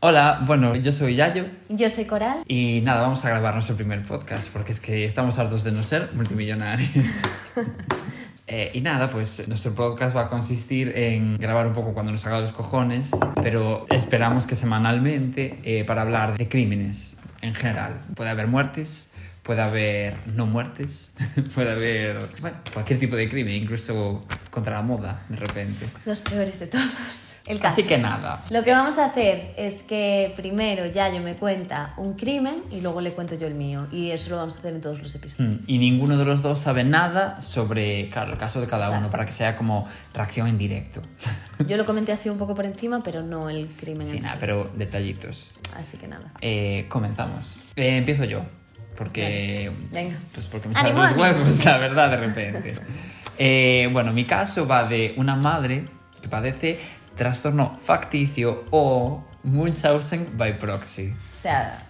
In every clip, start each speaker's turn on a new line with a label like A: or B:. A: Hola, bueno, yo soy Yayo
B: Yo soy Coral.
A: y nada, vamos a grabar nuestro primer podcast porque es que estamos hartos de no ser multimillonarios. Eh, y nada, pues nuestro podcast va a consistir en grabar un poco cuando nos haga los cojones, pero esperamos que semanalmente eh, para hablar de crímenes en general. Puede haber muertes, puede haber no muertes, puede haber bueno, cualquier tipo de crimen, incluso contra la moda de repente.
B: Los peores de todos. El caso.
A: Así que nada,
B: Lo que vamos a hacer es que primero Yayo me cuenta un crimen y luego le cuento yo el mío. Y eso lo vamos a hacer en todos los episodios.
A: Mm, Y ninguno de los dos sabe nada sobre, claro, el caso de cada
B: Exacto.
A: uno, para que sea como reacción en directo.
B: Yo lo comenté así un poco por encima, pero no el crimen
A: Mm. Sí,
B: en sí.
A: nada, pero detallitos.
B: Así que nada.
A: Eh, comenzamos. Eh, empiezo yo, porque...
B: Venga.
A: Pues porque me salen
B: Ánimo,
A: los
B: ánimo.
A: huevos, la verdad, de repente. Eh, bueno, mi caso va de una madre que padece trastorno facticio o Munchausen by proxy.
B: O sea,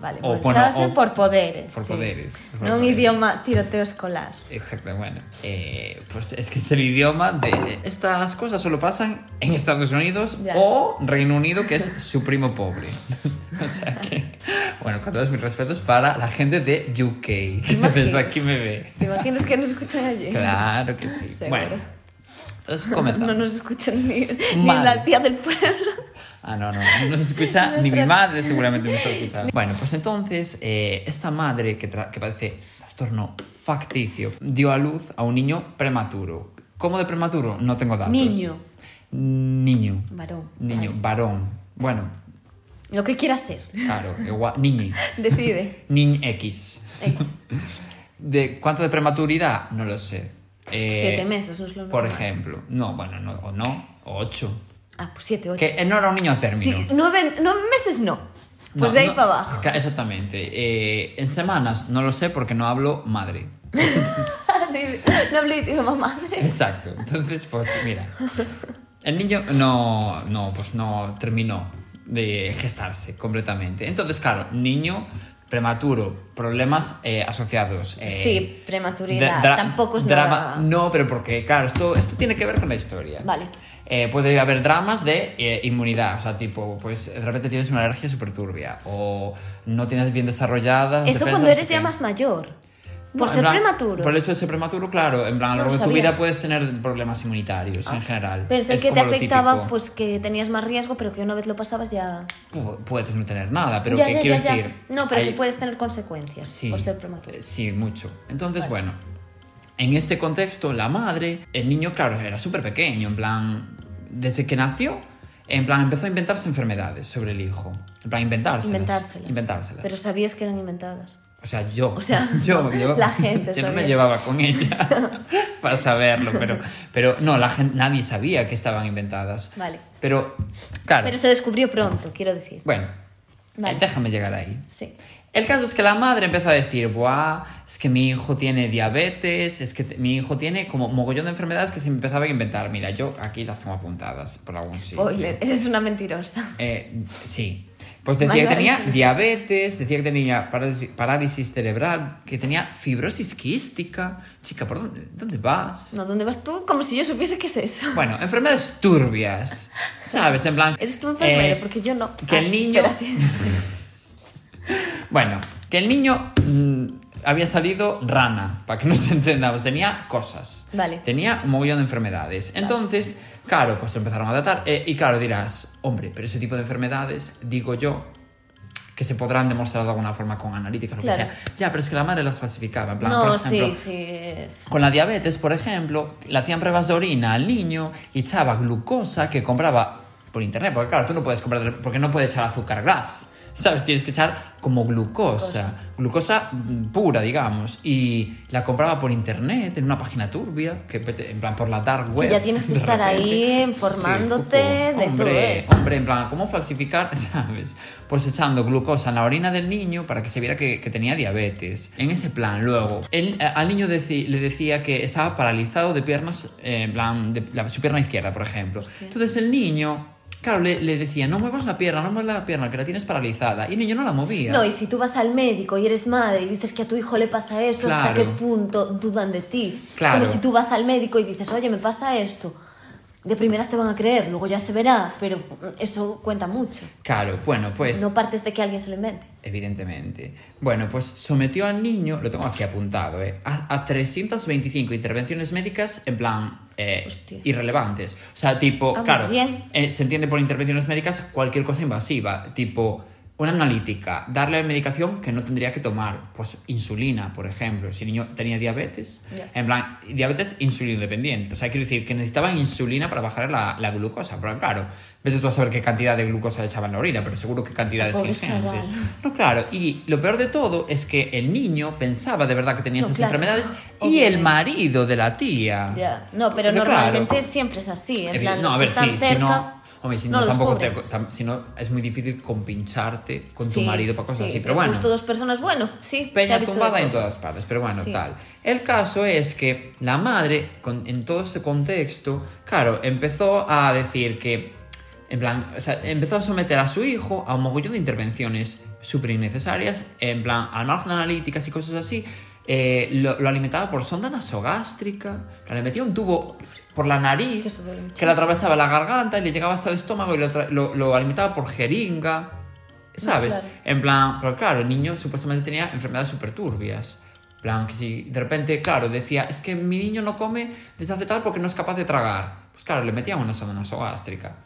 B: vale. pues
A: O, bueno,
B: mocharse
A: o-
B: por poderes.
A: por poderes, por
B: No un
A: poderes.
B: idioma tiroteo escolar.
A: Exacto, bueno. Eh, pues es que es el idioma de... Estas cosas solo pasan en Estados Unidos
B: Ya.
A: o Reino Unido, que es su primo pobre. o sea que... Bueno, con todos mis respetos para la gente de UK, que desde
B: Imagínate.
A: aquí me ve.
B: ¿Te imaginas que nos escuchan allí?
A: Claro que sí.
B: Eh, Seguro.
A: Bueno, pues
B: No
A: comentamos.
B: nos escuchan ni, ni
A: Mal.
B: la tía del pueblo.
A: Ah, no, no, no nos escucha ni mi
B: Nuestra-
A: madre seguramente nos escucha. Bueno, pues entonces eh, esta madre que, tra- que padece trastorno facticio dio a luz a un niño prematuro. ¿Cómo de prematuro? No tengo datos.
B: Niño.
A: Niño.
B: Varón.
A: Niño, varón. Bueno,
B: Vale. Lo que quiera ser.
A: claro, igual, niñi.
B: Decide.
A: Niñ X.
B: X.
A: ¿De ¿Cuánto de prematuridad? No lo sé. Eh,
B: Siete meses, no es lo normal.
A: Por ejemplo. No, bueno, no, o no, o ocho.
B: Ah, pues siete, ocho.
A: Que eh, no era un niño a término.
B: Sí, nueve, nueve meses no. Pues
A: No,
B: de ahí
A: no,
B: para abajo.
A: ca- Exactamente. Eh, en semanas, no lo sé porque no hablo madre.
B: no hablé idioma madre.
A: Exacto. Entonces, pues mira. El niño no, no, pues no terminó de gestarse completamente. Entonces, claro, niño prematuro, problemas eh, asociados. eh,
B: Sí, prematuridad.
A: dra-
B: Tampoco es
A: drama.
B: nada-
A: No, pero porque, claro, esto, esto tiene que ver con la historia.
B: Vale.
A: Eh, puede haber dramas de eh, inmunidad, o sea, tipo, pues de repente tienes una alergia súper turbia o no tienes bien desarrolladas.
B: Eso
A: defensas,
B: cuando
A: no
B: eres
A: sé
B: ya
A: qué.
B: más mayor.
A: No,
B: Por
A: en
B: ser
A: plan,
B: prematuro.
A: Por el hecho de ser prematuro, claro, en plan, a lo
B: No lo
A: largo de tu
B: sabía. Ah,
A: vida puedes tener problemas inmunitarios en general.
B: Pensé
A: Es
B: que te
A: como lo
B: afectaba,
A: típico.
B: pues que tenías más riesgo, pero que una vez lo pasabas ya.
A: Pu- Puedes no tener nada, pero
B: ya,
A: que
B: ya,
A: quiero
B: ya, ya.
A: decir.
B: No, pero
A: hay-
B: que puedes tener consecuencias
A: Sí,
B: por ser prematuro.
A: eh, Sí, mucho. Entonces, bueno, en este contexto, la madre, el niño, claro, era súper pequeño, en plan, desde que nació, en plan, empezó a inventarse enfermedades sobre el hijo. En plan, inventárselas.
B: Inventárselas.
A: Inventárselas.
B: Pero sabías que eran inventadas.
A: o sea, yo.
B: O sea,
A: yo me llevaba-
B: la gente
A: Yo no me
B: sabía.
A: llevaba con ella para saberlo, pero, pero no, la gente, nadie sabía que estaban inventadas.
B: Vale.
A: Pero, claro.
B: Pero se descubrió pronto, quiero decir.
A: Bueno,
B: Vale.
A: eh, déjame llegar ahí.
B: Sí.
A: El caso es que la madre empezó a decir, Buah, es que mi hijo tiene diabetes, es que te- mi hijo tiene como mogollón de enfermedades que se empezaba a inventar. Mira, yo aquí las tengo apuntadas por algún sitio.
B: Spoiler, eres una mentirosa.
A: Eh, sí. Pues decía que
B: Vale,
A: tenía
B: vale.
A: diabetes, decía que tenía parálisis, parálisis cerebral, que tenía fibrosis quística. Chica, ¿por dónde, dónde vas?
B: No, ¿dónde vas tú? Como si yo supiese qué es eso.
A: Bueno, enfermedades turbias, ¿sabes? En plan...
B: Eres tú enfermero,
A: eh,
B: porque yo no.
A: que el
B: Ah,
A: niño-
B: espera, sí.
A: Bueno, que el niño mm, había salido rana, para que nos entendamos, tenía cosas.
B: Vale.
A: Tenía un mogollón de enfermedades. Entonces, claro, pues lo empezaron a tratar. Eh, y claro, dirás, hombre, pero ese tipo de enfermedades, digo yo, que se podrán demostrar de alguna forma con analíticas, lo
B: Claro.
A: que sea. Ya, pero es que la madre las falsificaba. En plan, por
B: No,
A: ejemplo,
B: sí, sí.
A: con la diabetes, por ejemplo, le hacían pruebas de orina al niño y echaba glucosa que compraba por internet, porque claro, tú no puedes comprar, porque no puedes echar azúcar gas, ¿sabes? Tienes que echar como glucosa, glucosa mm, pura, digamos, y la compraba por internet en una página turbia, que vete- en plan por la dark web.
B: ya tienes que
A: de
B: estar ahí
A: repente.
B: informándote de todo
A: hombre,
B: eso.
A: Hombre, en plan, ¿cómo falsificar? ¿Sabes? Pues echando glucosa en la orina del niño para que se viera que, que tenía diabetes. En ese plan, luego, él, eh, al niño deci- le decía que estaba paralizado de piernas, eh, en plan, de la- su pierna izquierda, por ejemplo. Entonces el niño, claro, le, le decía, no muevas la pierna, no muevas la pierna, que la tienes paralizada. Y el niño no la movía.
B: No, y si tú vas al médico y eres madre y dices que a tu hijo le pasa eso,
A: Claro.
B: ¿hasta qué punto dudan de ti?
A: Claro.
B: Es como si tú vas al médico y dices, oye, me pasa esto. De primeras te van a creer, luego ya se verá, pero eso cuenta mucho.
A: Claro, bueno, pues
B: No partes de que alguien se lo invente.
A: Evidentemente. Bueno, pues sometió al niño, lo tengo aquí apuntado, eh, a, a 325 intervenciones médicas en plan eh,
B: Hostia.
A: irrelevantes. O sea, tipo,
B: Ah, muy
A: claro,
B: bien.
A: eh, se entiende por intervenciones médicas cualquier cosa invasiva, tipo una analítica, darle medicación que no tendría que tomar, pues insulina, por ejemplo, si el niño tenía diabetes,
B: Ya.
A: en plan, diabetes insulino dependiente. O sea, quiero decir que necesitaban insulina para bajar la, la glucosa, pero claro, vete tú a saber qué cantidad de glucosa le echaban en la orina, pero seguro que cantidades
B: Pobre
A: ingentes.
B: chaval.
A: No, claro, y lo peor de todo es que el niño pensaba de verdad que tenía
B: No,
A: esas
B: claro,
A: enfermedades y
B: obviamente.
A: el marido de la tía.
B: Ya. No, pero
A: Porque, Ah. claro,
B: normalmente siempre es así. En
A: evi-
B: plan,
A: no,
B: los
A: a ver,
B: que
A: sí,
B: están cerca,
A: si no, hombre, si no,
B: no los
A: tampoco te,
B: cubren.
A: tam- si no, es muy difícil compincharte con tu
B: Sí,
A: marido para cosas
B: sí,
A: así, pero bueno.
B: Justo dos personas, bueno, sí. se ha
A: Peña
B: visto de
A: tumbada
B: todo.
A: en todas partes, pero bueno,
B: Sí.
A: tal. El caso es que la madre, con- en todo ese contexto, claro, empezó a decir que, en plan, o sea, empezó a someter a su hijo a un mogollón de intervenciones súper innecesarias, en plan, al margen de analíticas y cosas así. Eh, lo, lo alimentaba por sonda nasogástrica, le metía un tubo por la nariz,
B: Que eso duele
A: que le
B: muchísimo.
A: atravesaba la garganta y le llegaba hasta el estómago y lo, tra- lo- lo alimentaba por jeringa, ¿sabes?
B: claro.
A: En plan, pero claro, el niño supuestamente tenía enfermedades súper turbias. En plan, que si de repente, claro, decía, es que mi niño no come desde hace tal porque no es capaz de tragar. Pues claro, le metían una sonda nasogástrica.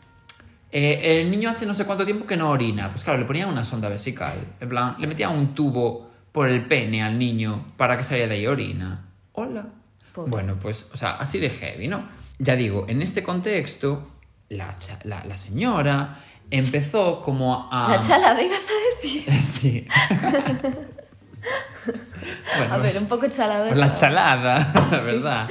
A: Eh, el niño hace no sé cuánto tiempo que no orina. Pues claro, le ponían una sonda vesical. En plan, le metían un tubo por el pene al niño para que saliera de ahí orina. Hola.
B: Pobre.
A: Bueno, pues, o sea, así de heavy, ¿no? Ya digo, en este contexto, la, cha- la, la señora empezó como a...
B: La chalada ibas a decir.
A: Sí. Bueno,
B: A ver, un poco chalada.
A: pues la
B: estaba.
A: chalada, la verdad.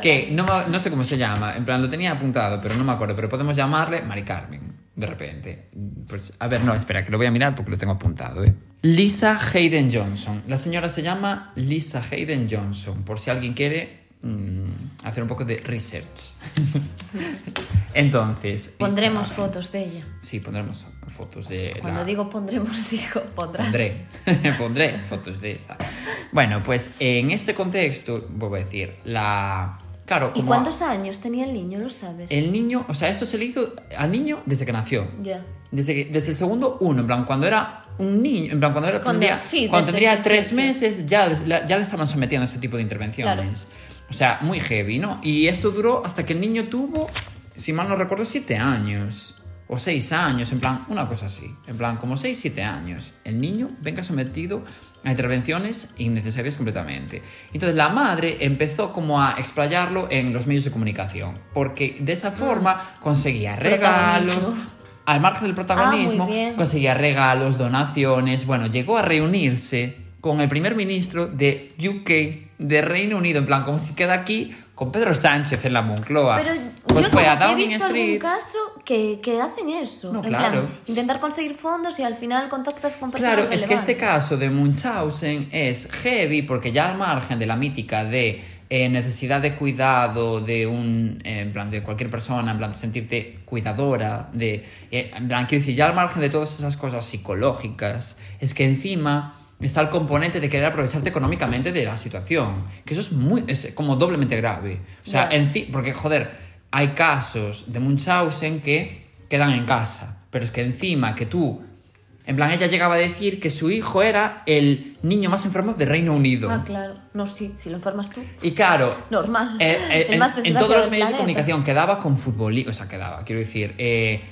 A: Que no, me- no sé cómo se llama, en plan lo tenía apuntado, pero no me acuerdo, pero podemos llamarle Mari Carmen, de repente. Pues, a ver, no, espera, que lo voy a mirar porque lo tengo apuntado, ¿eh? Lisa Hayden Johnson. La señora se llama Lisa Hayden Johnson, por si alguien quiere mm, hacer un poco de research. Entonces...
B: Pondremos
A: Lisa-
B: fotos de ella.
A: Sí, pondremos fotos de...
B: Cuando
A: la-
B: digo pondremos, digo pondrás.
A: Pondré, pondré fotos de esa. Bueno, pues en este contexto, vuelvo a decir, la... Claro,
B: ¿Y
A: como
B: cuántos años tenía el niño? Lo sabes.
A: el niño, o sea, eso se le hizo al niño desde que nació.
B: Ya.
A: Desde, que- desde el segundo uno, en plan, cuando era un niño, en plan, cuando, era,
B: Cuando-
A: tendría,
B: sí,
A: cuando
B: desde
A: tendría
B: el
A: tres
B: principio.
A: meses, ya, la- ya le estaban sometiendo a este tipo de intervenciones. O sea, muy heavy, ¿no? Y esto duró hasta que el niño tuvo, si mal no recuerdo, siete años. O seis años, en plan, una cosa así. En plan, como seis, siete años. El niño venga sometido a intervenciones innecesarias completamente. Entonces la madre empezó como a explayarlo en los medios de comunicación. Porque de esa forma conseguía regalos,
B: Mm. Protagonismo.
A: al margen del protagonismo,
B: Ah, muy bien.
A: conseguía regalos, donaciones, bueno, llegó a reunirse con el primer ministro de UK, de Reino Unido, en plan, como si queda aquí, con Pedro Sánchez en la Moncloa.
B: Pero
A: pues
B: yo
A: fue
B: como
A: a
B: que he
A: Downing
B: visto algún
A: Street.
B: caso que, que hacen eso.
A: No,
B: en
A: claro.
B: plan, intentar conseguir fondos y al final contactas con personas
A: Claro, es que este
B: relevantes.
A: caso de Munchausen es heavy porque ya al margen de la mítica de eh, necesidad de cuidado de un eh, en plan de cualquier persona, en plan de sentirte cuidadora, de eh, en plan quiero decir, ya al margen de todas esas cosas psicológicas, es que encima está el componente de querer aprovecharte económicamente de la situación, que eso es muy es como doblemente grave. O sea,
B: Ya.
A: enci- porque joder, hay casos de Munchausen que quedan en casa, pero es que encima que tú en plan, ella llegaba a decir que su hijo era el niño más enfermo de Reino Unido.
B: Ah, claro. No, sí, si lo enfermas tú.
A: Y claro,
B: Normal.
A: eh, eh,
B: El
A: en,
B: más
A: en
B: desgraciado
A: todos los
B: del
A: medios de
B: planeta.
A: comunicación quedaba con futbolistas, o sea, quedaba, quiero decir, eh,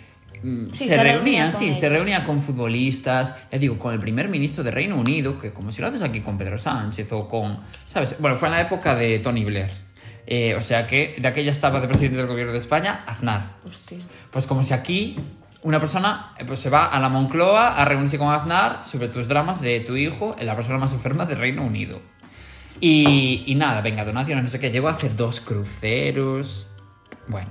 A: mm,
B: Sí,
A: se,
B: se reunía
A: reunían,
B: con
A: sí, se
B: ellos.
A: reunía con futbolistas, ya digo, con el primer ministro de Reino Unido, que como si lo haces aquí con Pedro Sánchez o con, ¿sabes? Bueno, fue en la época de Tony Blair. Eh, o sea que de aquella estaba de presidente del gobierno de España, Aznar.
B: Hostia.
A: Pues como si aquí una persona eh, pues se va a la Moncloa a reunirse con Aznar sobre tus dramas de tu hijo, eh, la persona más enferma del Reino Unido. Y, y nada, venga, donaciones, no sé qué. Llegó a hacer dos cruceros. Bueno,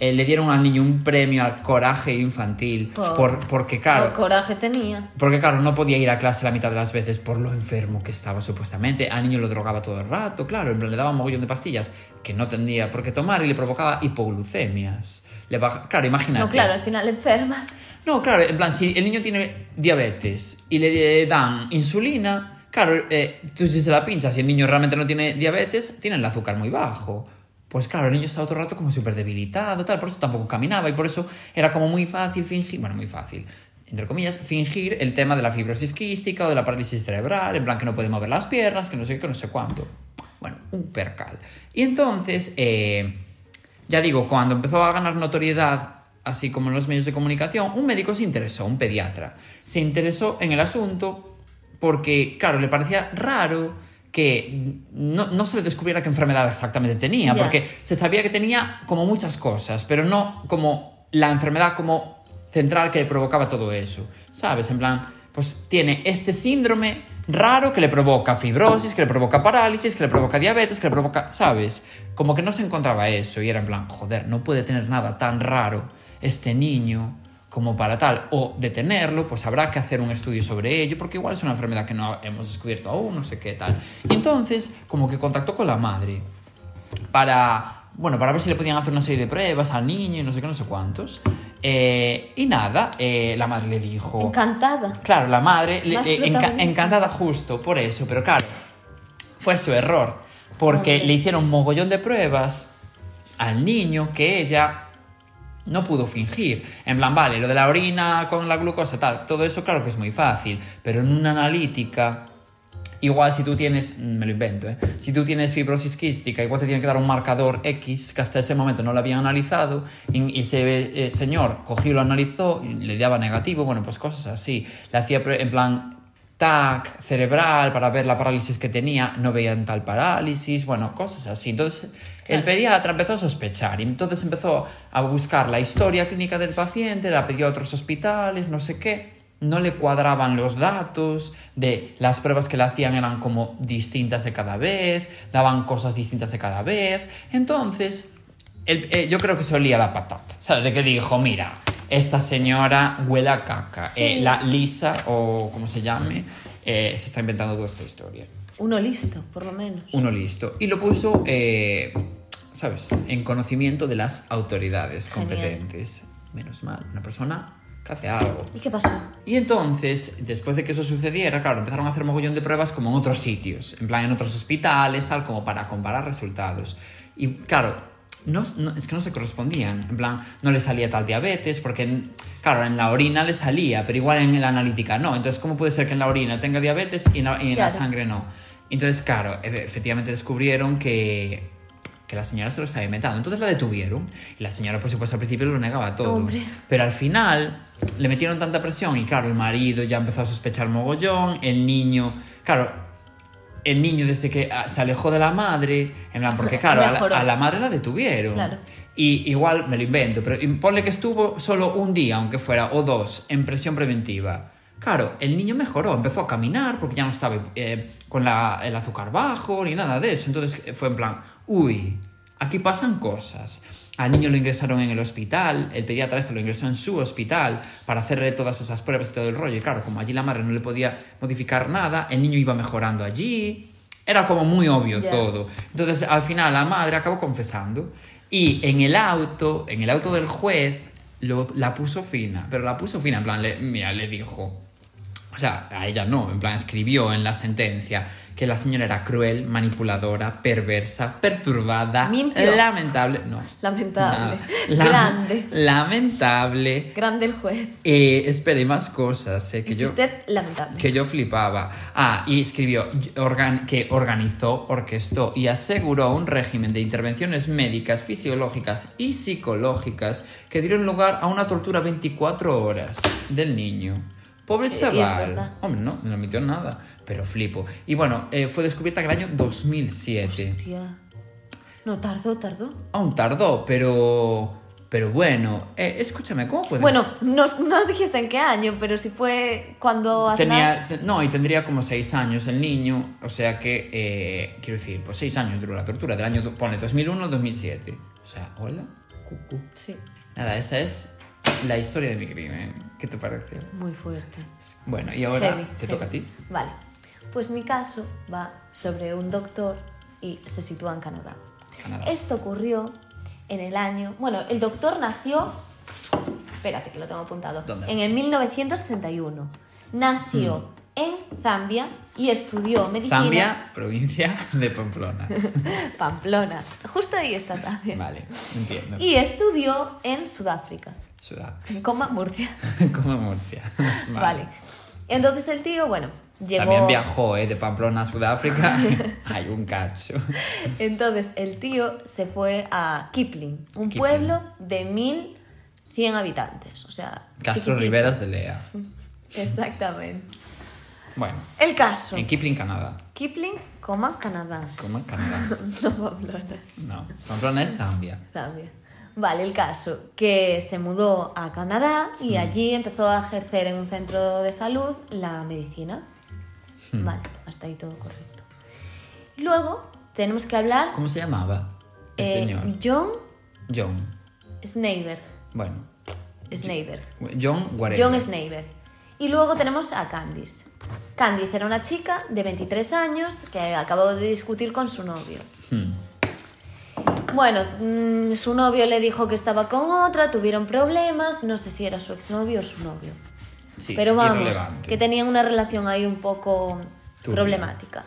A: eh, le dieron al niño un premio al coraje infantil.
B: Por-
A: por- porque, claro,
B: Qué coraje tenía.
A: porque claro, no podía ir a clase la mitad de las veces por lo enfermo que estaba supuestamente. Al niño lo drogaba todo el rato, claro, en plan, le daba un mogollón de pastillas que no tendría por qué tomar y le provocaba hipoglucemias. Le baja... Claro, imagínate.
B: No, claro, al final enfermas.
A: No, claro, en plan, si el niño tiene diabetes y le dan insulina, claro, eh, tú si se la pinchas y el niño realmente no tiene diabetes, tiene el azúcar muy bajo. Pues claro, el niño estaba todo el rato como súper debilitado, tal, por eso tampoco caminaba y por eso era como muy fácil fingir, bueno, muy fácil, entre comillas, fingir el tema de la fibrosis quística o de la parálisis cerebral, en plan que no puede mover las piernas, que no sé qué, que no sé cuánto. Bueno, un percal. Y entonces, eh, ya digo, cuando empezó a ganar notoriedad así como en los medios de comunicación, un médico se interesó, un pediatra. Se interesó en el asunto porque, claro, le parecía raro que no, no se le descubriera qué enfermedad exactamente tenía,
B: Ya.
A: porque se sabía que tenía como muchas cosas, pero no como la enfermedad como central que le provocaba todo eso. ¿Sabes? En plan, pues tiene este síndrome raro que le provoca fibrosis, que le provoca parálisis, que le provoca diabetes, que le provoca, ¿sabes? Como que no se encontraba eso y era en plan, joder, no puede tener nada tan raro este niño como para tal, o detenerlo, pues habrá que hacer un estudio sobre ello, porque igual es una enfermedad que no hemos descubierto aún, no sé qué tal. Y entonces, como que contactó con la madre para, bueno, para ver si le podían hacer una serie de pruebas al niño y no sé qué, no sé cuántos. Eh, y nada, eh, la madre le dijo...
B: Encantada.
A: Claro, la madre, le-
B: Más
A: eh, enca-
B: protagonista.
A: encantada justo por eso, pero claro, fue su error, porque
B: Ok.
A: le hicieron un mogollón de pruebas al niño que ella no pudo fingir. En plan, vale, lo de la orina con la glucosa, tal, todo eso claro que es muy fácil, pero en una analítica... Igual si tú tienes, mm, me lo invento, ¿eh? si tú tienes fibrosis quística, igual te tienen que dar un marcador X que hasta ese momento no lo habían analizado y, y ese eh, señor cogió, y lo analizó, y le daba negativo, bueno, pues cosas así. Le hacía pre- en plan TAC cerebral para ver la parálisis que tenía, no veían tal parálisis, bueno, cosas así. Entonces el pediatra empezó a sospechar y entonces empezó a buscar la historia clínica del paciente, la pidió a otros hospitales, no sé qué no le cuadraban los datos, de las pruebas que le hacían eran como distintas de cada vez, daban cosas distintas de cada vez. Entonces, el- eh, yo creo que se olía la patata, ¿sabes? De que dijo, mira, esta señora huele a caca.
B: Sí.
A: Eh, la Lisa, o como se llame, eh, se está inventando toda esta historia.
B: Uno listo, por lo menos.
A: Uno listo. Y lo puso, eh, ¿sabes? En conocimiento de las autoridades
B: Genial.
A: competentes. Menos mal, una persona que hace algo.
B: ¿Y qué pasó?
A: Y entonces, después de que eso sucediera, claro, empezaron a hacer mogollón de pruebas como en otros sitios, en plan en otros hospitales, tal, como para comparar resultados. Y claro, no, no- es que no se correspondían, en plan, no le salía tal diabetes, porque, claro, en la orina le salía, pero igual en la analítica no. Entonces, ¿cómo puede ser que en la orina tenga diabetes y en la, y en la
B: Claro.
A: sangre no? Entonces, claro, efe- efectivamente descubrieron que, que la señora se lo estaba inventando. Entonces la detuvieron. Y la señora, por supuesto, al principio lo negaba todo.
B: Hombre.
A: Pero al final le metieron tanta presión y claro, el marido ya empezó a sospechar mogollón, el niño, claro, el niño desde que ah, se alejó de la madre, en plan, porque claro, a
B: Mejoró.
A: la, a la madre la detuvieron.
B: Claro.
A: Y igual me lo invento, pero y ponle que estuvo solo un día, aunque fuera, o dos, en presión preventiva. Claro, el niño mejoró, empezó a caminar porque ya no estaba eh, con la- el azúcar bajo ni nada de eso. Entonces eh, fue en plan, uy, aquí pasan cosas. Al niño lo ingresaron en el hospital, el pediatra este lo ingresó en su hospital para hacerle todas esas pruebas y todo el rollo. Y claro, como allí la madre no le podía modificar nada, el niño iba mejorando allí. Era como muy obvio
B: Ya.
A: todo todo. Entonces, al final, la madre acabó confesando y en el auto, en el auto del juez, lo- la puso fina, pero la puso fina, en plan, le, mira, le dijo, o sea, a ella no, en plan, escribió en la sentencia que la señora era cruel, manipuladora, perversa, perturbada,
B: Mintió.
A: lamentable, no.
B: Lamentable.
A: nada.
B: Grande.
A: Lamentable.
B: Grande el juez.
A: Eh, espere, hay más cosas, eh, que
B: Es
A: yo...
B: usted lamentable.
A: Que yo flipaba. Ah, y escribió organ- que organizó, orquestó y aseguró un régimen de intervenciones médicas, fisiológicas y psicológicas que dieron lugar a una tortura 24 horas del niño. Pobre
B: Sí, y es verdad.
A: chaval. Hombre, no, no admitió nada, pero flipo. Y bueno, eh, fue descubierta en el año 2007.
B: Hostia. No, tardó, tardó.
A: Aún tardó, pero... Pero bueno, eh, escúchame, ¿cómo puedes...?
B: Bueno, no, no dijiste en qué año, pero si fue cuando Aznar-
A: Tenía, te- no, y tendría como seis años el niño, o sea que, eh, quiero decir, pues seis años duró la tortura, del año, do- pone 2001 2007. O sea, hola, cucu.
B: Sí,
A: Nada, esa es la historia de mi crimen. ¿Qué te pareció?
B: muy fuerte.
A: Bueno, y ahora
B: Heavy,
A: te
B: heavy.
A: toca a ti.
B: Vale. Pues mi caso va sobre un doctor y se sitúa en Canadá.
A: Canadá.
B: Esto ocurrió en el año... Bueno, el doctor nació... Espérate, que lo tengo apuntado.
A: ¿Dónde?
B: En el 1961. Nació en Zambia y estudió medicina.
A: Mm. Zambia, provincia de Pamplona.
B: Pamplona. Justo ahí está Zambia.
A: Vale, entiendo.
B: Y estudió en Sudáfrica,
A: Ciudad.
B: coma Murcia.
A: Como Murcia.
B: Vale. Entonces el tío, bueno, llegó.
A: También viajó ¿eh? de Pamplona a Sudáfrica. Hay un cacho.
B: Entonces el tío se fue a Kipling, un
A: Kipling.
B: pueblo de 1100 habitantes. O sea,
A: Castro
B: chiquitito.
A: Riveras de Lea.
B: Exactamente.
A: Bueno,
B: El caso.
A: en Kipling, Canadá.
B: Kipling, coma Canadá.
A: ¿Cómo es Canadá?
B: No Pamplona.
A: No, Pamplona es Zambia.
B: Zambia. Vale, el caso, que se mudó a Canadá
A: Hmm.
B: y allí empezó a ejercer en un centro de salud la medicina.
A: Hmm.
B: Vale, hasta ahí todo correcto. Luego tenemos que hablar
A: ¿Cómo se llamaba el
B: eh,
A: señor?
B: John
A: John.
B: Schneider.
A: Bueno,
B: Schneider.
A: John whatever.
B: John Schneider. Y luego tenemos a Candice. Candice era una chica de 23 años que acabó de discutir con su novio.
A: Hmm.
B: Bueno, mm, su novio le dijo que estaba con otra, tuvieron problemas, no sé si era su exnovio o su novio.
A: Sí,
B: Pero vamos,
A: irrelevante.
B: que tenían una relación ahí un poco
A: Turbia.
B: problemática.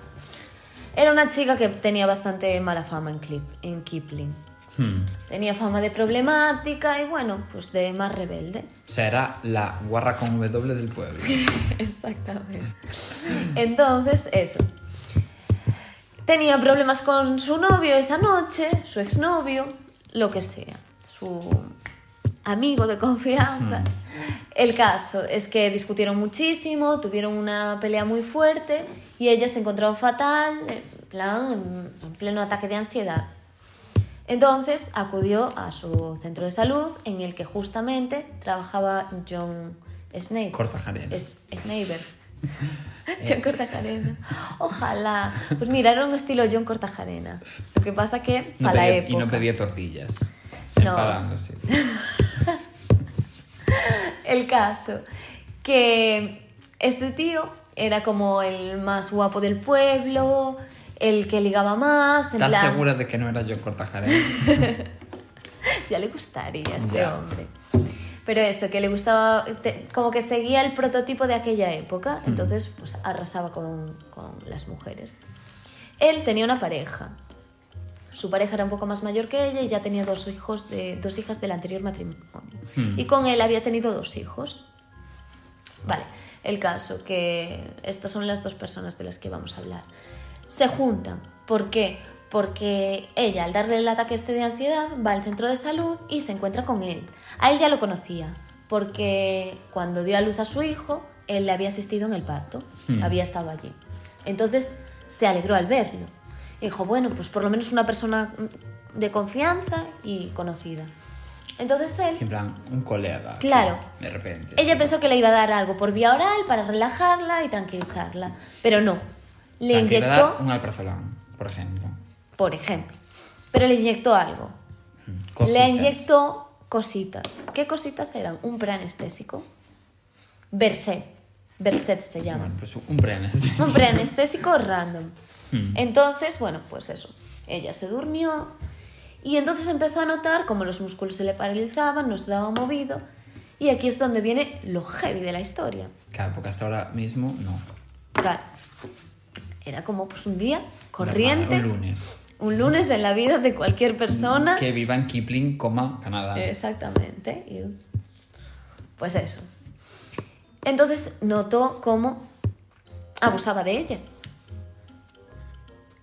B: Era una chica que tenía bastante mala fama en, Clip- en Kipling.
A: Hmm.
B: Tenía fama de problemática y bueno, pues de más rebelde.
A: O sea, era la guarra con W del pueblo.
B: Exactamente. Entonces, eso. Tenía problemas con su novio esa noche, su exnovio, lo que sea, su amigo de confianza. El caso es que discutieron muchísimo, tuvieron una pelea muy fuerte y ella se encontró fatal, en plan, en- en pleno ataque de ansiedad. Entonces acudió a su centro de salud en el que justamente trabajaba John Snape.
A: Cortajarena.
B: Es Schneider. John Cortajarena. Ojalá. Pues mira, era un estilo John Cortajarena. Lo que pasa que
A: No
B: para la
A: pedía-
B: época.
A: y no pedía tortillas.
B: No.
A: Enfadándose.
B: El caso que este tío era como el más guapo del pueblo, el que ligaba más, en
A: ¿Estás
B: plan,
A: segura de que no era John Cortajarena?
B: ya le gustaría a este
A: Ya.
B: hombre. Pero eso, que le gustaba, te- como que seguía el prototipo de aquella época, entonces pues arrasaba con, con las mujeres. Él tenía una pareja. Su pareja era un poco más mayor que ella y ya tenía dos, hijos de, dos hijas del anterior matrimonio.
A: Hmm.
B: Y con él había tenido dos hijos. Vale, el caso, que estas son las dos personas de las que vamos a hablar. Se juntan. ¿Por qué? Porque ella, al darle el ataque este de ansiedad, va al centro de salud y se encuentra con él. A él ya lo conocía, porque cuando dio a luz a su hijo, él le había asistido en el parto,
A: Hmm.
B: había estado allí. Entonces se alegró al verlo. Y dijo, bueno, pues por lo menos una persona de confianza y conocida. Entonces él...
A: Sí, en plan, un colega. que
B: Claro.
A: De repente.
B: Ella
A: sí.
B: pensó que le iba a dar algo por vía oral para relajarla y tranquilizarla, pero no. Le
A: Plan, que da
B: inyectó,
A: Un alprazolam, por ejemplo.
B: por ejemplo, pero le inyectó algo.
A: Mm, cositas.
B: Le inyectó cositas. ¿Qué cositas eran? Un preanestésico. Versed. Versed se llama.
A: Bueno, pues un preanes.
B: Un preanestésico random.
A: Hmm.
B: Entonces, bueno, pues eso. Ella se durmió y entonces empezó a notar como los músculos se le paralizaban, no se daba movido. Y aquí es donde viene lo heavy de la historia.
A: Claro, porque hasta ahora mismo no.
B: Claro. Era como pues un día corriente,
A: Normal, Un lunes.
B: un lunes en la vida de cualquier persona.
A: Que viva en Kipling, coma, Canadá.
B: Exactamente. y- Pues eso. Entonces notó cómo abusaba de ella.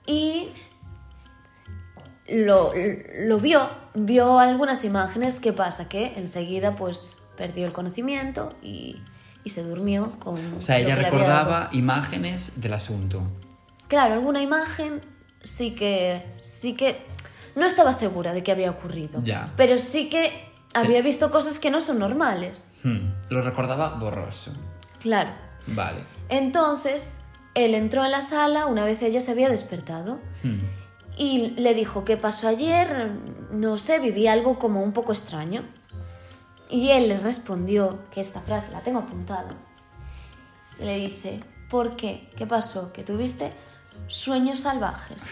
B: Y lo, lo vio, vio algunas imágenes. ¿Qué pasa? Que enseguida pues perdió el conocimiento y, y se durmió con...
A: O sea,
B: lo
A: ella
B: que le había dado.
A: recordaba imágenes del asunto.
B: Claro, alguna imagen sí que. sí que. No estaba segura de que había ocurrido.
A: Ya.
B: Pero sí que había visto cosas que no son normales.
A: Hmm, Lo recordaba borroso.
B: Claro.
A: Vale.
B: Entonces, él entró en la sala una vez ella se había despertado.
A: Hmm,
B: Y le dijo, ¿qué pasó ayer? No sé, viví algo como un poco extraño. Y él le respondió, que esta frase la tengo apuntada. Y le dice, ¿por qué? ¿Qué pasó? ¿Que tuviste sueños salvajes?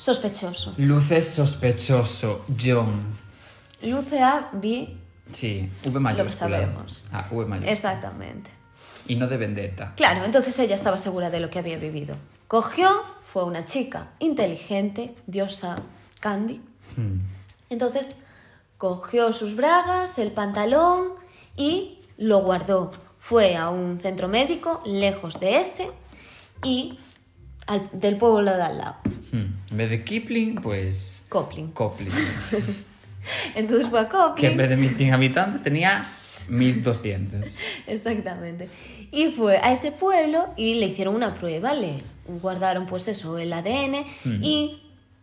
B: Sospechoso.
A: Luces sospechoso, John.
B: Luce A, B,
A: Sí, V mayúscula.
B: sabemos.
A: Ah, V mayúscula.
B: exactamente.
A: y no de vendetta.
B: Claro, entonces ella estaba segura de lo que había vivido. Cogió, fue una chica inteligente, diosa Candy.
A: Hmm.
B: Entonces cogió sus bragas, el pantalón y lo guardó. Fue a un centro médico lejos de ese y al- del pueblo de al lado,
A: Hmm. En vez de Kipling, pues
B: Copling.
A: Copley.
B: Entonces fue a Copling.
A: que en vez de 1100 habitantes tenía 1200.
B: Exactamente. Y fue a ese pueblo y le hicieron una prueba, le guardaron pues eso, el ADN y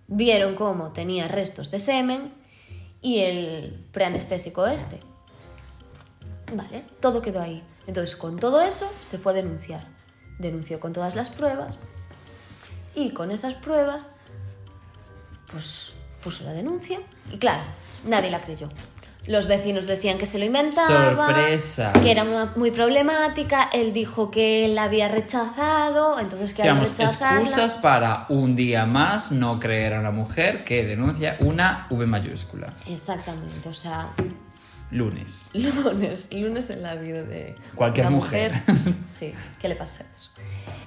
B: vieron cómo tenía restos de semen y el preanestésico este. Vale, todo quedó ahí. Entonces con todo eso se fue a denunciar. Denunció con todas las pruebas y con esas pruebas pues puso la denuncia y claro, nadie la creyó. Los vecinos decían que se lo inventaba,
A: Sorpresa.
B: que era una- muy problemática, él dijo que la había rechazado, entonces que al
A: Seamos
B: rechazarla-
A: excusas para un día más no creer a una mujer que denuncia una V mayúscula.
B: Exactamente, o sea,
A: Lunes.
B: lunes, lunes en la vida de
A: Cualquier
B: la
A: mujer.
B: Sí, que le pasa eso.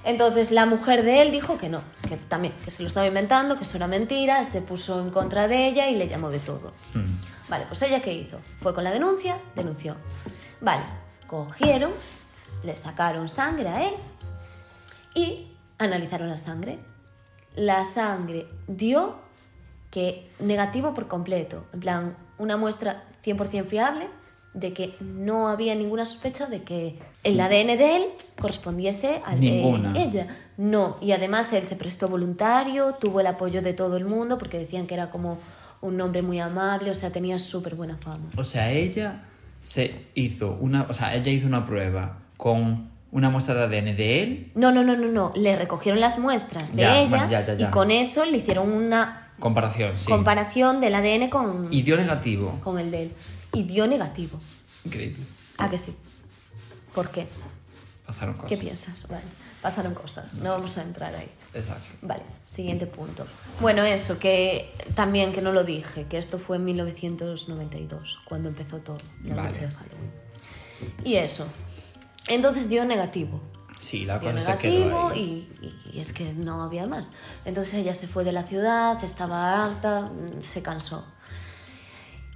B: Entonces la mujer de él dijo que no, que también, que se lo estaba inventando, que eso era mentira, se puso en contra de ella y le llamó de todo.
A: Hmm.
B: Vale, pues ella qué hizo? Fue con la denuncia, denunció. Vale, cogieron, le sacaron sangre a él y analizaron la sangre. La sangre dio que negativo por completo, en plan, una muestra 100% fiable de que no había ninguna sospecha de que el ADN de él correspondiese al
A: Ninguna.
B: de ella. No, y además él se prestó voluntario, tuvo el apoyo de todo el mundo porque decían que era como un hombre muy amable, o sea, tenía súper buena fama.
A: O sea, ella se hizo una, o sea, ella hizo una prueba con una muestra de ADN de él
B: No, no, no, no, no, le recogieron las muestras de
A: Ya,
B: ella
A: bueno, ya, ya, ya.
B: y con eso le hicieron una
A: Comparación, sí.
B: comparación del ADN con,
A: y dio negativo.
B: con el de él. Y dio negativo.
A: Increíble.
B: ¿A que sí? ¿Por qué?
A: Pasaron cosas.
B: ¿Qué piensas? Vale, pasaron cosas, no vamos a entrar ahí.
A: Exacto.
B: Vale, siguiente punto. Bueno, eso, que también que no lo dije, que esto fue en 1992, cuando empezó todo, la
A: Vale.
B: noche de Halloween. Y eso. Entonces dio negativo.
A: Sí, la
B: Dio
A: cosa se Ah, quedó
B: negativo
A: ahí.
B: y, y- y es que no había más. Entonces ella se fue de la ciudad, estaba harta, mm, se cansó.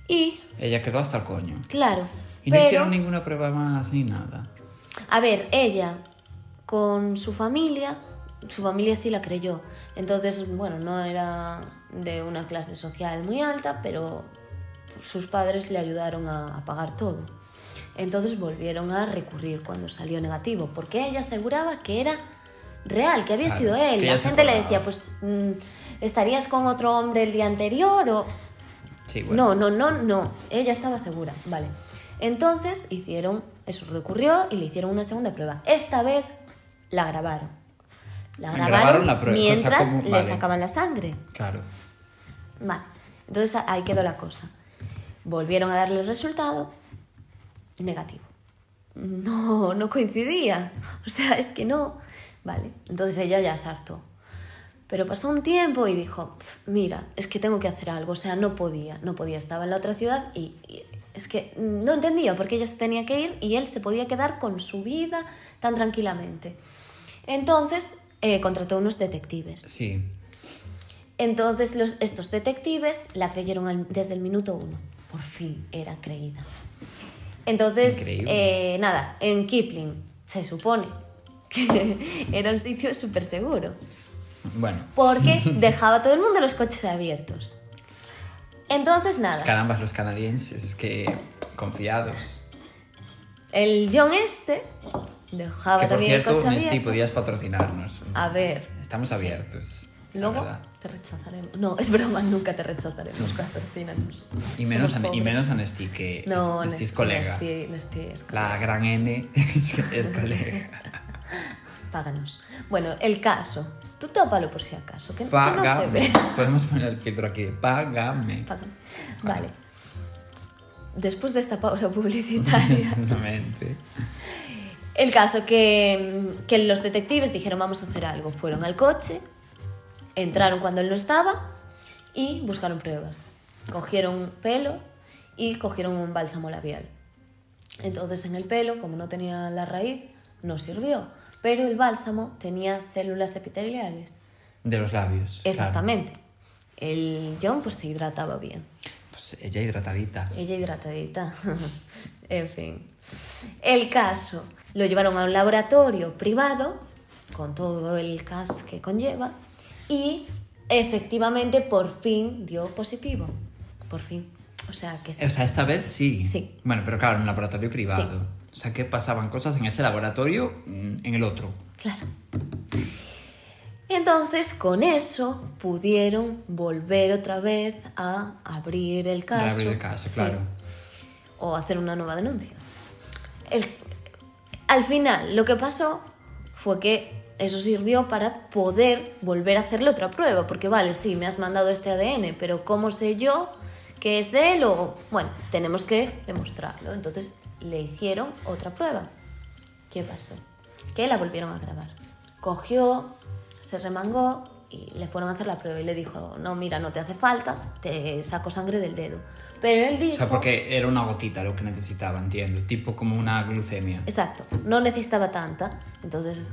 B: Y,
A: Ella quedó hasta el coño.
B: claro.
A: Y no
B: pero...
A: hicieron ninguna prueba más ni nada.
B: A ver, ella con su familia, su familia sí la creyó. Entonces, bueno, no era de una clase social muy alta, pero sus padres le ayudaron a, a pagar todo. Entonces volvieron a recurrir cuando salió negativo, porque ella aseguraba que era real, que había
A: Claro,
B: sido
A: que
B: él. La
A: ella se
B: gente le
A: acordaba.
B: decía, pues, mm, ¿estarías con otro hombre el día anterior o
A: Sí, bueno.
B: no, no, no, no. Ella estaba segura. Vale. Entonces hicieron, eso recurrió y le hicieron una segunda prueba. Esta vez la grabaron. La
A: Grabaron
B: grabaron,
A: la prueba, o sea,
B: mientras
A: como-
B: le
A: vale.
B: sacaban la sangre.
A: Claro.
B: Vale. Entonces ahí quedó la cosa. Volvieron a darle el resultado negativo. No, no coincidía. O sea, es que no. Vale. Entonces ella ya se hartó. Pero pasó un tiempo y dijo, "Pf, mira, es que tengo que hacer algo. O sea, no podía, no podía. Estaba en la otra ciudad y, y es que no entendía por qué ella se tenía que ir y él se podía quedar con su vida tan tranquilamente. Entonces eh, contrató unos detectives.
A: Sí.
B: Entonces los, estos detectives la creyeron al- desde el minuto uno. Por fin era creída. Entonces,
A: Increíble.
B: eh, nada, en Kipling se supone que era un sitio súper seguro.
A: Bueno.
B: Porque dejaba a todo el mundo los coches abiertos. Entonces,
A: Pues
B: nada,
A: carambas los canadienses, que confiados.
B: el John este dejaba
A: que por
B: también el
A: cierto,
B: coche
A: Misty,
B: abierto.
A: podías patrocinarnos.
B: A ver,
A: Estamos abiertos. la
B: luego
A: verdad.
B: te rechazaremos. No, es broma, nunca te rechazaremos, patrocínanos.
A: Y menos,
B: Somos
A: a, y
B: pobres.
A: menos a Nesti, que
B: No,
A: es,
B: no
A: Nesti es
B: es-
A: colega.
B: no estoy- no estoy- es colega.
A: La gran N es, que es colega.
B: Páganos. Bueno, el caso. Tú tópalo por si acaso, que, que no se
A: Págame.
B: ve.
A: Podemos poner el filtro aquí. Págame.
B: Págame. Vale. Después de esta pausa publicitaria.
A: Exactamente.
B: El caso que, que los detectives dijeron vamos a hacer algo. Fueron al coche, entraron cuando él no estaba y buscaron pruebas. Cogieron pelo y cogieron un bálsamo labial. Entonces en el pelo, como no tenía la raíz, no sirvió. Pero el bálsamo tenía células epiteliales.
A: De los labios. claro.
B: Exactamente. El John pues se hidrataba bien.
A: Pues ella hidratadita.
B: Ella hidratadita. en fin. El caso. Lo llevaron a un laboratorio privado, con todo el cas que conlleva, y efectivamente por fin dio positivo. Por fin. O sea, que sí.
A: O sea, esta vez sí.
B: Sí.
A: Bueno, pero claro, en un laboratorio privado. O sea, que pasaban cosas en ese laboratorio, mm, en el otro.
B: Claro. Entonces, con eso pudieron volver otra vez a abrir el caso.
A: Reabrir el caso,
B: Sí.
A: claro.
B: O hacer una nueva denuncia. El- al final, lo que pasó fue que eso sirvió para poder volver a hacerle otra prueba. Porque, vale, sí, me has mandado este ADN, pero ¿cómo sé yo que es de él? O, bueno, tenemos que demostrarlo. Entonces, le hicieron otra prueba. ¿Qué pasó? Que la volvieron a grabar. Cogió, se remangó y le fueron a hacer la prueba y le dijo, no, mira, no te hace falta, te saco sangre del dedo. Pero él dijo...
A: O sea, porque era una gotita lo que necesitaba, entiendo. Tipo como una glucemia.
B: Exacto, no necesitaba tanta. Entonces,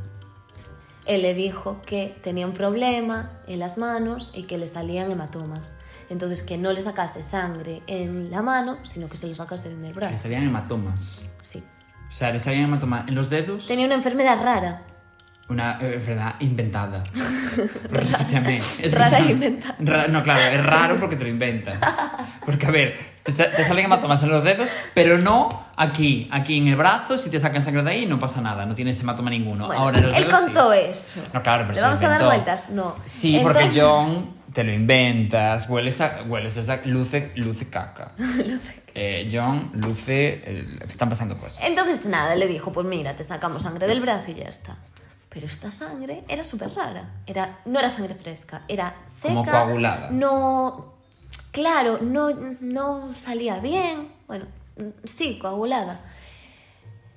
B: él le dijo que tenía un problema en las manos y que le salían hematomas. Entonces, que no le sacase sangre en la mano, sino que se lo sacase en el
A: Le
B: brazo.
A: salían hematomas.
B: Sí.
A: O sea, le salían hematomas en los dedos.
B: Tenía una enfermedad rara.
A: Una eh, enfermedad inventada. Pero escúchame. es
B: Rara
A: que-
B: e inventada.
A: Ra- no, claro, es raro porque te lo inventas. Porque, a ver, te, sa- te salen hematomas en los dedos, pero no aquí. Aquí en el brazo, si te sacan sangre de ahí, no pasa nada. No tienes hematoma ninguno.
B: Bueno,
A: Ahora en los
B: él
A: dedos, sí.
B: contó eso.
A: No, claro, pero
B: ¿Le
A: se lo
B: vamos a dar
A: inventó.
B: vueltas? No.
A: Sí, porque
B: Entonces-
A: John te lo inventas, hueles a, hueles a esa- luce, luce caca. Eh, John, luce, eh, están pasando cosas.
B: Entonces nada, le dijo, pues mira, te sacamos sangre del brazo y ya está. Pero esta sangre era súper rara. Era, no era sangre fresca, era seca.
A: Como coagulada.
B: No, claro, no, no salía bien. Bueno, mm, sí, coagulada.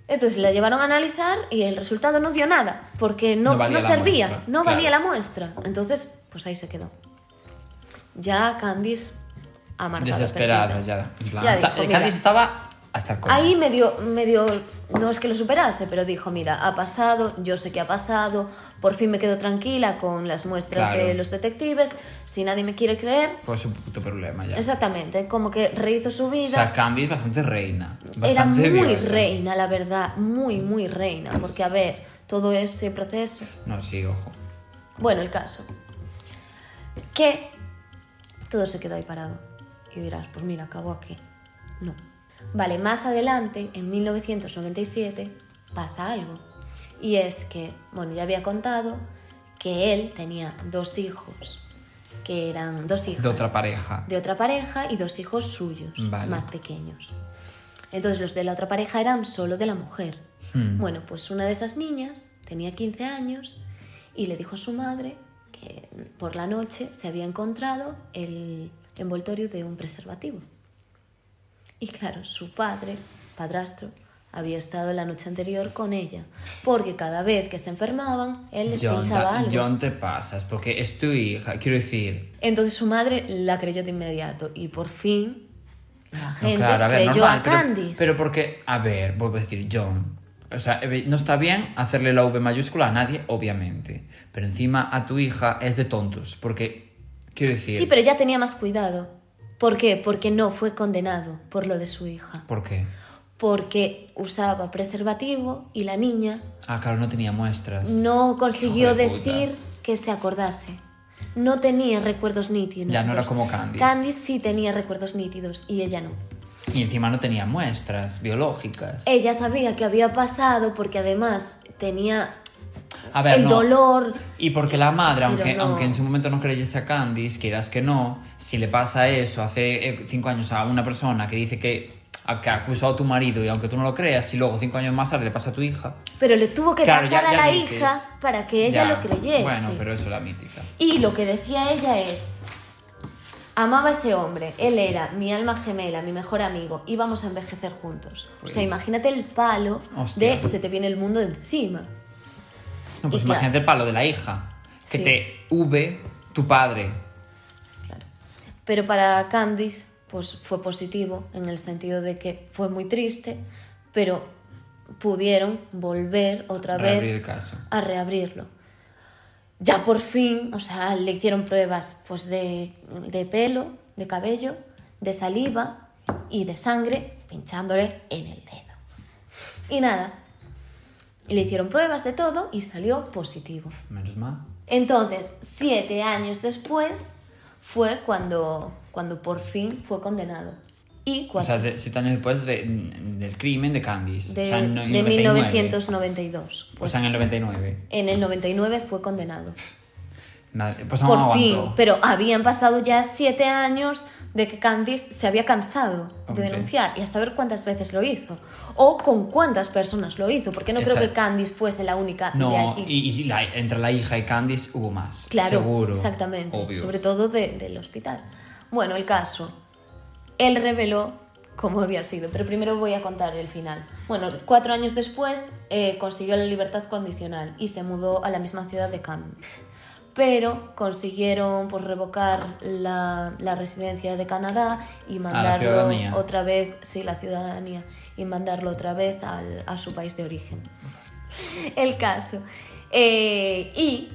B: Entonces la llevaron a analizar y el resultado no dio nada, porque no,
A: No valía
B: no
A: la
B: servía,
A: muestra,
B: no valía la
A: claro.
B: muestra. Entonces, pues ahí se quedó. Ya Candice amargada.
A: Desesperada
B: perdida.
A: ya. En plan,
B: Ya
A: hasta-
B: dijo,
A: eh,
B: "Mira,
A: Candice estaba hasta el coño.
B: Ahí medio, medio, no es que lo superase, pero dijo, mira, ha pasado, yo sé que ha pasado, por fin me quedo tranquila con las muestras
A: Claro.
B: de los detectives, si nadie me quiere creer,
A: Pues su puto problema ya.
B: exactamente, como que rehizo su
A: O sea,
B: vida.
A: Candice bastante reina.
B: Era
A: Bastante
B: muy
A: diosa.
B: reina, la verdad, muy, muy reina, porque a ver, todo ese proceso...
A: No, sí, ojo.
B: Bueno, el caso. Que todo se quedó ahí parado. Y dirás, pues mira, acabó aquí. No. Vale, más adelante, en 1997, pasa algo. Y es que, bueno, ya había contado que él tenía dos hijos, que eran dos hijos
A: De otra pareja.
B: de otra pareja y dos hijos suyos,
A: Vale.
B: más pequeños. Entonces los de la otra pareja eran solo de la mujer.
A: Hmm.
B: Bueno, pues una de esas niñas tenía 15 años y le dijo a su madre que por la noche se había encontrado el envoltorio de un preservativo. Y claro, su padre, padrastro, había estado la noche anterior con ella, porque cada vez que se enfermaban, él les
A: John,
B: pinchaba
A: da-
B: algo.
A: John, te pasas, porque es tu hija. Quiero decir,
B: Entonces su madre la creyó de inmediato y por fin la
A: No,
B: gente
A: claro, a ver,
B: creyó
A: normal,
B: a
A: pero-
B: Candice.
A: Pero, porque, a ver, vuelvo a decir, John. O sea, eh, no está bien hacerle la V mayúscula a nadie, obviamente. Pero encima a tu hija es de tontos, porque, quiero decir,
B: Sí, pero ya tenía más cuidado. ¿Por qué? Porque no fue condenado por lo de su hija.
A: ¿por qué?
B: Porque usaba preservativo y la niña
A: Ah, claro, no tenía muestras.
B: no consiguió
A: Hijo de puta.
B: decir que se acordase. No tenía recuerdos nítidos.
A: Ya, no era como Candice.
B: Candice sí tenía recuerdos nítidos y ella no.
A: Y encima no tenía muestras biológicas.
B: Ella sabía que había pasado porque además tenía
A: a ver,
B: el
A: no.
B: dolor
A: Y porque la madre, aunque,
B: no.
A: aunque en su momento no creyese a Candice, quieras que no, si le pasa eso hace eh, cinco años a una persona que dice que, a- que ha acusado a tu marido y aunque tú no lo creas, si luego cinco años más tarde le pasa a tu hija.
B: Pero le tuvo que
A: Claro,
B: pasar
A: ya-
B: a
A: ya
B: la
A: dices,
B: hija para que ella
A: ya,
B: lo creyese.
A: Bueno, pero eso es la mítica.
B: Y lo que decía ella es, amaba a ese hombre, él era mi alma gemela, mi mejor amigo, íbamos a envejecer juntos. o sea,
A: Pues-
B: imagínate el palo
A: Hostia. pues-
B: de se te viene el mundo de encima.
A: No, pues
B: Y claro.
A: imagínate el palo de la hija. Que
B: Sí.
A: te V tu padre.
B: Claro. Pero para Candice, pues fue positivo en el sentido de que fue muy triste, pero pudieron volver otra
A: Reabrir
B: vez
A: el caso.
B: a reabrirlo. Ya por fin, o sea, le hicieron pruebas pues, de, de pelo, de cabello, de saliva y de sangre pinchándole en el dedo. Y nada, le hicieron pruebas de todo y salió positivo.
A: Menos mal.
B: Entonces, siete años después fue cuando, cuando por fin fue condenado. Y
A: O
B: cuatro,
A: sea, de- siete años después de- del crimen de Candice.
B: de,
A: o sea, en el
B: de
A: 99.
B: 1992.
A: O
B: Pues
A: sea, en el 99.
B: en el 99 fue condenado.
A: Madre- pues aún
B: Por
A: aguanto.
B: fin, pero habían pasado ya siete años de que Candice se había cansado
A: Hombre.
B: de denunciar y a saber cuántas veces lo hizo o con cuántas personas lo hizo, porque no creo
A: Exacto.
B: que Candice fuese la única de
A: No,
B: aquí.
A: y, y la- entre la hija y Candice hubo más.
B: Claro,
A: seguro.
B: exactamente.
A: Obvio.
B: Sobre todo de- del hospital. Bueno, el caso. Él reveló cómo había sido, pero primero voy a contar el final. Bueno, cuatro años después eh, consiguió la libertad condicional y se mudó a la misma ciudad de Cannes. Pero consiguieron pues, revocar la, la residencia de Canadá y mandarlo
A: ciudadanía.
B: otra vez, sí, la ciudadanía, y mandarlo otra vez al- a su país de origen el caso. Eh, y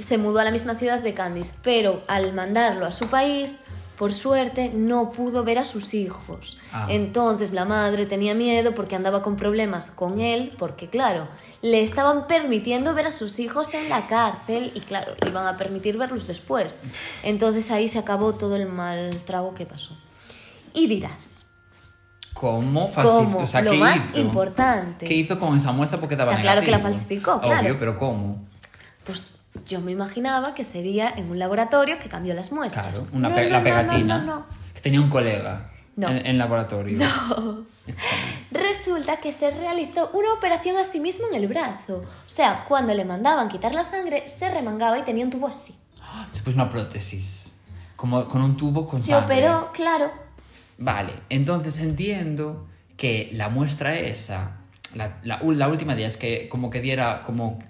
B: se mudó a la misma ciudad de Candice, pero al mandarlo a su país, por suerte, no pudo ver a sus hijos.
A: Ah.
B: Entonces la madre tenía miedo porque andaba con problemas con él, porque claro, le estaban permitiendo ver a sus hijos en la cárcel y claro, le iban a permitir verlos después. Entonces ahí se acabó todo el mal trago que pasó. Y dirás,
A: ¿Cómo
B: ¿cómo?
A: falsificó? O sea,
B: Lo
A: ¿qué
B: más
A: hizo?
B: importante.
A: ¿Qué hizo con esa muestra? Porque estaba
B: Está claro que la
A: negativo.
B: falsificó,
A: Obvio,
B: claro.
A: pero ¿cómo?
B: Pues yo me imaginaba que sería en un laboratorio que cambió las muestras.
A: Claro, una
B: No,
A: pe-
B: no,
A: la
B: no,
A: pegatina.
B: no, no, no.
A: Que tenía un colega
B: No.
A: en, en laboratorio.
B: Resulta que se realizó una operación a sí mismo en el brazo. O sea, cuando le mandaban quitar la sangre, se remangaba y tenía un tubo así.
A: Se puso una prótesis. Como con un tubo con
B: se
A: sangre.
B: operó, claro.
A: Vale, entonces entiendo que la muestra esa, la, la ul- la última día es que como que diera, como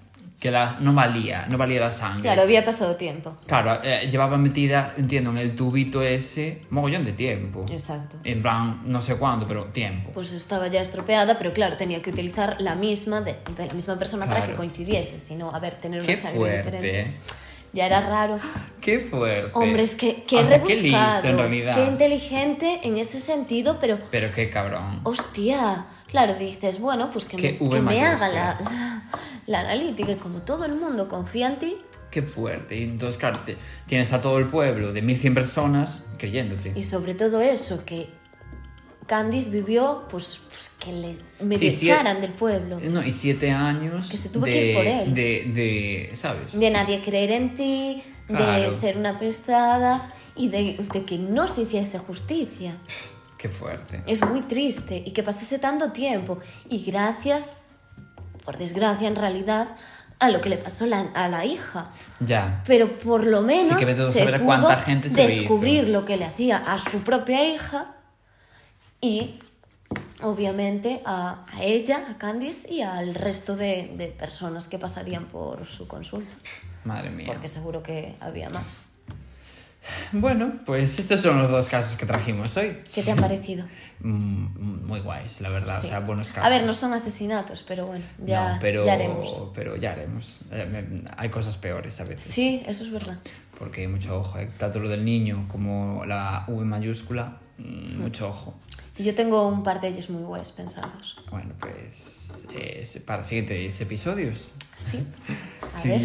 A: que la, no valía, no valía la sangre.
B: Claro, había pasado tiempo.
A: Claro, eh, llevaba metida, entiendo, en el tubito ese, mogollón de tiempo.
B: Exacto.
A: En plan, no sé cuándo, pero tiempo.
B: Pues estaba ya estropeada, pero claro, tenía que utilizar la misma de, de la misma persona para
A: Claro.
B: que coincidiese. Si no, a ver, tener una
A: Qué
B: sangre
A: fuerte. ¿eh?
B: diferente. Ya era raro.
A: Qué fuerte.
B: Hombre, es que, que
A: O sea, qué
B: rebuscado,
A: listo en realidad.
B: qué inteligente en ese sentido, pero
A: Pero qué cabrón.
B: hostia, claro, dices, bueno, pues que,
A: Qué
B: me,
A: V
B: que me
A: mayúscula.
B: haga la, la- la analítica y como todo el mundo confía en ti,
A: Qué fuerte. Y entonces, claro, te- tienes a todo el pueblo de 1100 personas creyéndote.
B: y sobre todo eso, que Candice vivió, pues, pues que le medio
A: Sí, eh, sí,
B: echaran del pueblo,
A: No, y siete años.
B: Que se tuvo
A: de,
B: que ir por él.
A: De, de- ¿sabes?
B: de nadie creer en ti,
A: Claro.
B: de ser una pesada y de, de que no se hiciese justicia.
A: Qué fuerte.
B: Es muy triste y que pasase tanto tiempo. Y gracias, por desgracia en realidad, a lo que le pasó la- a la hija.
A: Ya.
B: Pero por lo menos
A: que vete tú a
B: se
A: saber
B: pudo
A: cuánta gente se lo hizo.
B: descubrir lo que le hacía a su propia hija y obviamente a, a ella, a Candice y al resto de, de personas que pasarían por su consulta.
A: Madre mía.
B: Porque seguro que había más.
A: Bueno, pues estos son los dos casos que trajimos hoy.
B: ¿Qué te han parecido?
A: Mm, muy guays, la verdad.
B: Sí.
A: O sea, buenos casos.
B: A ver, no son asesinatos, pero bueno, ya,
A: No, pero,
B: ya haremos.
A: pero ya haremos. Eh, me- hay cosas peores a veces.
B: Sí, eso es verdad.
A: Porque hay mucho ojo, eh. tanto lo del niño como la V mayúscula, mm, mucho ojo.
B: Y Yo tengo un par de ellos muy guays pensados.
A: Bueno, pues eh, se- para siguientes episodios.
B: Sí. A
A: Sí.
B: ver.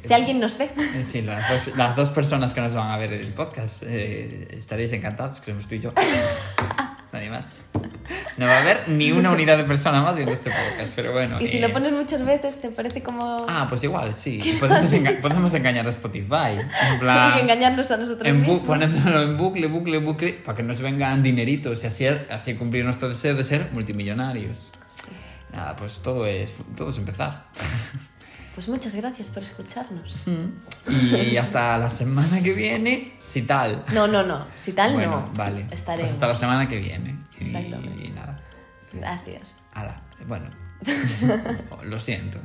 B: Si alguien nos ve.
A: Eh, Sí, las dos, las dos personas que nos van a ver en el podcast eh, estaréis encantados, que somos tú y yo. Nadie más. No va a haber ni una unidad de persona más viendo este podcast, pero bueno.
B: Y si
A: eh,
B: lo pones muchas veces, te parece como.
A: Ah, pues igual, sí. Podemos, enga- podemos engañar a Spotify. En
B: Hay que
A: plan.
B: engañarnos a nosotros
A: En bu-
B: mismos.
A: poniéndolo en bucle, bucle, bucle, para que nos vengan dineritos y así, así cumplir nuestro deseo de ser multimillonarios. Nada, pues todo es, todo es empezar.
B: Pues muchas gracias por escucharnos.
A: Y hasta la semana que viene, si tal.
B: No, no, no. Si tal,
A: bueno,
B: no.
A: Vale.
B: Estaré.
A: Pues hasta la semana que viene. Y-
B: Exactamente.
A: Y nada.
B: Gracias.
A: Ala, bueno. Lo siento.